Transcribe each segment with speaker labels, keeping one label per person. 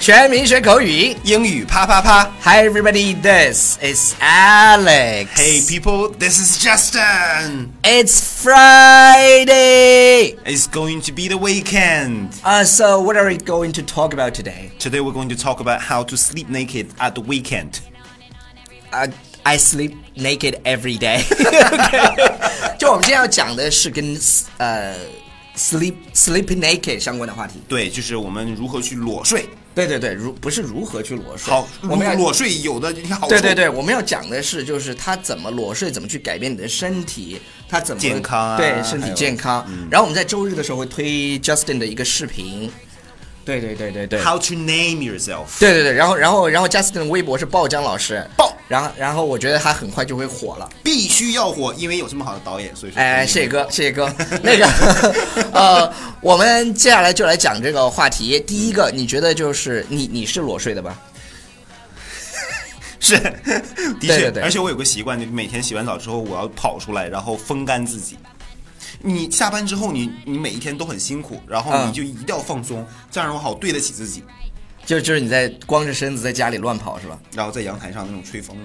Speaker 1: 全民学口语。
Speaker 2: 英语啪啪啪
Speaker 1: Hi everybody, this is Alex.
Speaker 2: ！Hey people, this is Justin.
Speaker 1: it's Friday.
Speaker 2: It's going to be the weekend.
Speaker 1: Uh, so what are we going to talk about today?
Speaker 2: Today we're going to talk about how to sleep naked at the weekend.
Speaker 1: Uh, I sleep naked every day. okay. 就我们今天要讲的是跟呃 sleep sleep naked 相关的话题。
Speaker 2: 对，就是我们如何去裸睡。
Speaker 1: 对对对，如不是如何去裸睡，
Speaker 2: 好，
Speaker 1: 我们要
Speaker 2: 裸睡有的好处。
Speaker 1: 对对对，我们要讲的是，就是他怎么裸睡，怎么去改变你的身体，他怎么
Speaker 2: 健康啊
Speaker 1: 对身
Speaker 2: 还
Speaker 1: 体
Speaker 2: 有嗯
Speaker 1: 健康。然后我们在周日的时候会推 Justin 的一个视频，对对对对对，
Speaker 2: How to name yourself？
Speaker 1: 对对对，然后然后然后 Justin 的微博是爆浆老师，
Speaker 2: 爆
Speaker 1: 然后然后我觉得他很快就会火了。
Speaker 2: 必须要火，因为有这么好的导演，所以说。
Speaker 1: 哎，谢谢哥，谢谢哥。 那个，呃，我们接下来就来讲这个话题。第一个，你觉得就是你你是裸睡的吧？
Speaker 2: 是，的确，
Speaker 1: 对对
Speaker 2: 而且我有个习惯，就是每天洗完澡之后，我要跑出来，然后风干自己。你下班之后你，你每一天都很辛苦，然后
Speaker 1: 嗯
Speaker 2: 你就一定要放松，这样我好对得起自己。
Speaker 1: 就就是你在光着身子在家里乱跑是吧？
Speaker 2: 然后在阳台上那种吹风，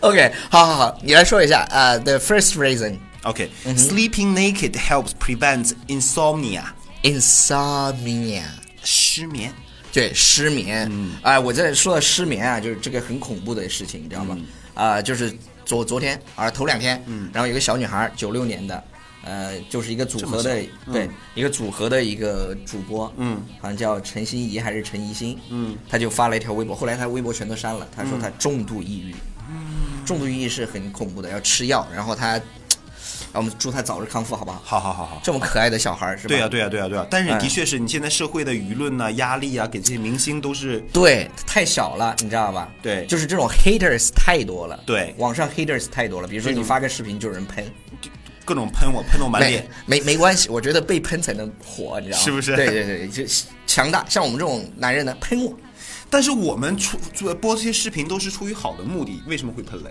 Speaker 1: OK，好好好，你来说一下啊、t h e first reason
Speaker 2: Okay.
Speaker 1: 嗯
Speaker 2: Sleeping naked helps prevent insomnia.
Speaker 1: insomnia，
Speaker 2: 失眠。
Speaker 1: 对，失眠。啊、我在说到失眠啊，就是这个很恐怖的事情，你知道吗？啊、就是昨昨天啊、头两天，然后有个小女孩，九六年的，呃，就是一个组合的
Speaker 2: 这么，
Speaker 1: 对，一个组合的一个主播，嗯，好像叫陈欣怡还是陈怡欣，嗯，她就发了一条微博，后来她微博全都删了，她说她重度抑郁，重度抑郁是很恐怖的，要吃药，然后她，让我们祝她早日康复，好不好？
Speaker 2: 好好好好。
Speaker 1: 这么可爱的小孩儿是吧？
Speaker 2: 对啊呀、对呀、对呀、对呀、但是
Speaker 1: 哎
Speaker 2: 的确是你现在社会的舆论呐、压力啊，给这些明星都是
Speaker 1: 对，太小了，你知道吧？
Speaker 2: 对
Speaker 1: 就是这种 haters 太多了。
Speaker 2: 对
Speaker 1: 网上 haters 太多了。比如说你发个视频就有人喷，
Speaker 2: 各种喷我，喷到满
Speaker 1: 没
Speaker 2: 脸。
Speaker 1: 没没关系，我觉得被喷才能火，你知道吗？
Speaker 2: 是不是
Speaker 1: 对对对，就强大。像我们这种男人呢，喷我
Speaker 2: 但是我们出做播这些视频都是出于好的目的，为什么会喷嘞？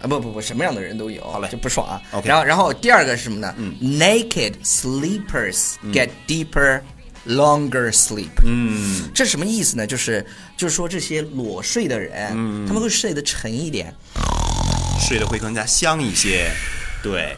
Speaker 1: 啊，不不不，什么样的人都有，好
Speaker 2: 嘞
Speaker 1: 就不爽啊。
Speaker 2: OK 嗯
Speaker 1: 然后然后第二个是什么呢、n a k e d sleepers get deeper。Longer sleep，嗯，这什么意思呢？就是就是说这些裸睡的人，
Speaker 2: 嗯
Speaker 1: 他们会睡得沉一点，
Speaker 2: 睡得会更加香一些，对，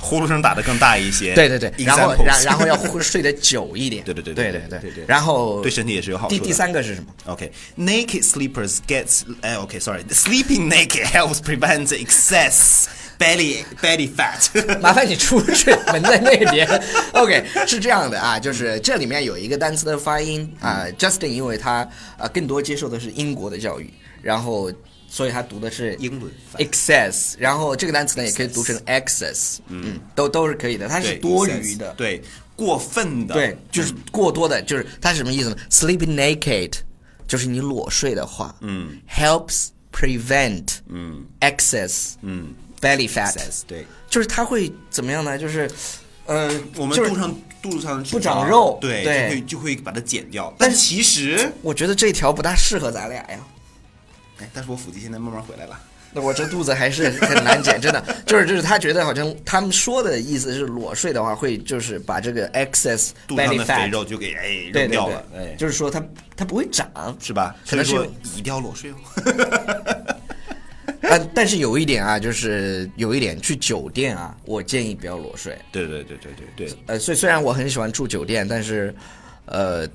Speaker 2: 呼噜声打得更大一些。
Speaker 1: 对对对，然后
Speaker 2: Examples
Speaker 1: 然然后要呼睡得久一点。
Speaker 2: 对对对
Speaker 1: 对
Speaker 2: 对对
Speaker 1: 对
Speaker 2: 对对
Speaker 1: 然后
Speaker 2: 对身体也是有好处
Speaker 1: 第
Speaker 2: 的
Speaker 1: 第三个是什么？
Speaker 2: Okay, naked sleepers gets uh, okay. Sorry, sleeping naked helps prevent the excess belly belly fat.
Speaker 1: 麻烦你出去，门在那边。OK，是这样的啊，就是这里面有一个单词的发音啊、j u s t i n 因为他呃更多接受的是英国的教育，然后所以他读的是
Speaker 2: 英文
Speaker 1: excess，然后这个单词呢也可以读成 excess，嗯，都都是可以的，它是
Speaker 2: 对
Speaker 1: 多余的，
Speaker 2: 对，过分的，
Speaker 1: 对，就是过多的，就是它是什么意思呢？Sleeping naked，就是你裸睡的话，嗯，helps prevent，嗯，excess，嗯，belly fat，
Speaker 2: excess，对，
Speaker 1: 就是它会怎么样呢？就是，呃，
Speaker 2: 我们
Speaker 1: 就是
Speaker 2: 肚上肚子上的脂
Speaker 1: 不长
Speaker 2: 肪
Speaker 1: 肉
Speaker 2: 对，
Speaker 1: 对
Speaker 2: 就会就会把它减掉。但其实，
Speaker 1: 我觉得这条不大适合咱俩呀。
Speaker 2: 哎，但是我腹肌现在慢慢回来了。
Speaker 1: 那我这肚子还是很难减，真的，就是就是他觉得好像他们说的意思是裸睡的话会就是把这个 excess
Speaker 2: 肚子上
Speaker 1: belly
Speaker 2: 的
Speaker 1: fat
Speaker 2: 肥肉就给哎
Speaker 1: 对
Speaker 2: 扔
Speaker 1: 对
Speaker 2: 掉了，
Speaker 1: 对，
Speaker 2: 哎，
Speaker 1: 就是说它它不会长，
Speaker 2: 是吧？
Speaker 1: 可能是
Speaker 2: 所以
Speaker 1: 因为
Speaker 2: 说一定要裸睡哦。
Speaker 1: 但但是有一点啊，就是有一点，去酒店啊，我建议不要裸睡。
Speaker 2: 对对对对对对
Speaker 1: 呃，虽虽然我很喜欢住酒店，但是，呃，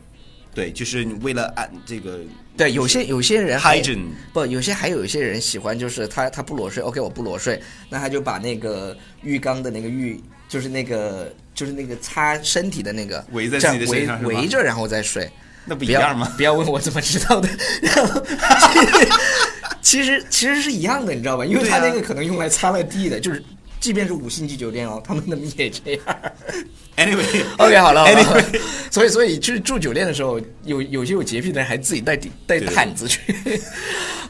Speaker 2: 对，就是你为了按这个
Speaker 1: 对，有些有些人还
Speaker 2: hygiene
Speaker 1: 不，有些还有一些人喜欢，就是他他不裸睡，OK，我不裸睡，那他就把那个浴缸的那个浴，就是那个就是那个擦身体的那个
Speaker 2: 围在
Speaker 1: 这样
Speaker 2: 自己的身上是
Speaker 1: 围
Speaker 2: 吧
Speaker 1: 围着，然后再睡。
Speaker 2: 那不
Speaker 1: 不
Speaker 2: 一样吗
Speaker 1: 要？不要问我怎么知道的。 然后其实其实是一样的，你知道吧？因为
Speaker 2: 对
Speaker 1: 他
Speaker 2: 啊
Speaker 1: 那个可能用来擦了地的，就是即便是五星级酒店哦，他们那边也这样。
Speaker 2: Anyway，
Speaker 1: OK，好了，好了
Speaker 2: Anyway
Speaker 1: 所以所以去住酒店的时候，有有些有洁癖的人还自己带地带
Speaker 2: 对
Speaker 1: 毯子去。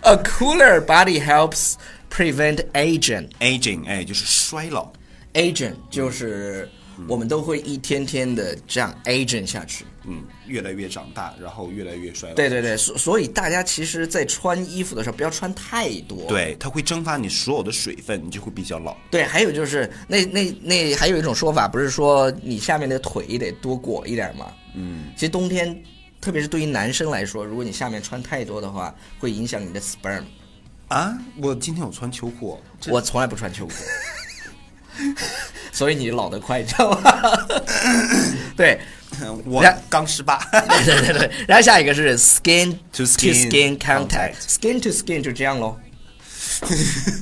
Speaker 1: A cooler body helps prevent aging.
Speaker 2: aging，哎，就是衰老。
Speaker 1: Aging 就是我们都会一天天的这样 aging 下去。
Speaker 2: 嗯，越来越长大，然后越来越衰老。
Speaker 1: 对对对，所所以大家其实，在穿衣服的时候不要穿太多。
Speaker 2: 对，它会蒸发你所有的水分，你就会比较老。
Speaker 1: 对，还有就是那那那还有一种说法，不是说你下面的腿得多裹一点吗？嗯，其实冬天，特别是对于男生来说，如果你下面穿太多的话，会影响你的 sperm。
Speaker 2: 啊，我今天有穿秋裤 哦，这
Speaker 1: 我从来不穿 秋裤，所以你老得快，你知道吗？ 对，
Speaker 2: 我
Speaker 1: 然
Speaker 2: 刚 十八。
Speaker 1: 对对对对。然后下一个是 skin
Speaker 2: To
Speaker 1: skin,
Speaker 2: skin contact
Speaker 1: contact，skin to skin 就这样喽。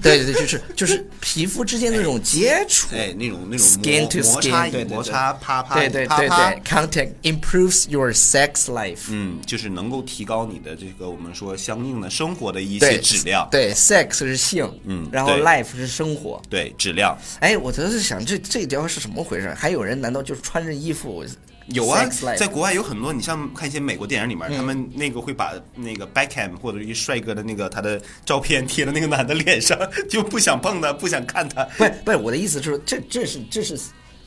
Speaker 1: 对对对，就是就是皮肤之间的那种接触。
Speaker 2: 哎，那种那种
Speaker 1: skin
Speaker 2: 摩
Speaker 1: to
Speaker 2: 摩擦
Speaker 1: skin，对对
Speaker 2: 与
Speaker 1: 对
Speaker 2: 摩擦，啪啪
Speaker 1: 对对对
Speaker 2: 啪啪
Speaker 1: 对，contact improves your sex life。
Speaker 2: 嗯，就是能够提高你的这个我们说相应的生活的一
Speaker 1: 对
Speaker 2: 些质量，
Speaker 1: 对，sex 是性，
Speaker 2: 嗯
Speaker 1: 然后
Speaker 2: 对
Speaker 1: life 是生活。
Speaker 2: 对质量
Speaker 1: 哎，我当时想，这这条是什么回事？还有人难道就是穿着衣服？
Speaker 2: 有啊
Speaker 1: sex，life 嗯
Speaker 2: 在国外有很多，你像看一些美国电影里面，他们那个会把那个 Beckham 或者一帅哥的那个他的照片贴到那个男的脸上，就不想碰他，不想看他。
Speaker 1: 不是不是，我的意思是说，这这是这是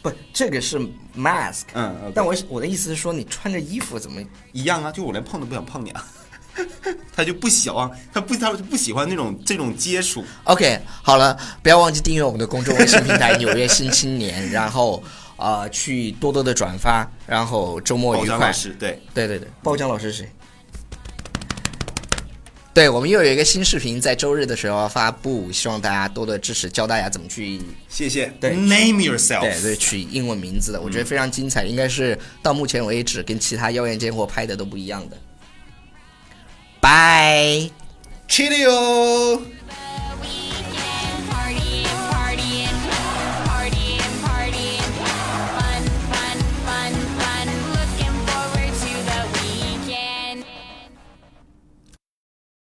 Speaker 1: 不这个是 mask，
Speaker 2: 嗯，OK
Speaker 1: 但我是我的意思是说，你穿着衣服怎么？
Speaker 2: 一样啊，就我连碰都不想碰你啊， 他就不喜欢，他不他就不喜欢那种这种接触。
Speaker 1: OK，好了，不要忘记订阅我们的公众微信平台 《纽约新青年》，然后呃去多多的转发，然后周末
Speaker 2: 宝
Speaker 1: 愉
Speaker 2: 强
Speaker 1: 快
Speaker 2: 老。师，对，
Speaker 1: 对对对，包浆老师是谁？对，我们又有一个新视频在周日的时候发布，希望大家多多支持，教大家怎么去
Speaker 2: 谢谢。
Speaker 1: 对
Speaker 2: ，Name yourself。
Speaker 1: 对对取英文名字的，我觉得非常精彩，应该是到目前为止跟其他妖艳贱货拍的都不一样的。拜。
Speaker 2: ，Cheerio。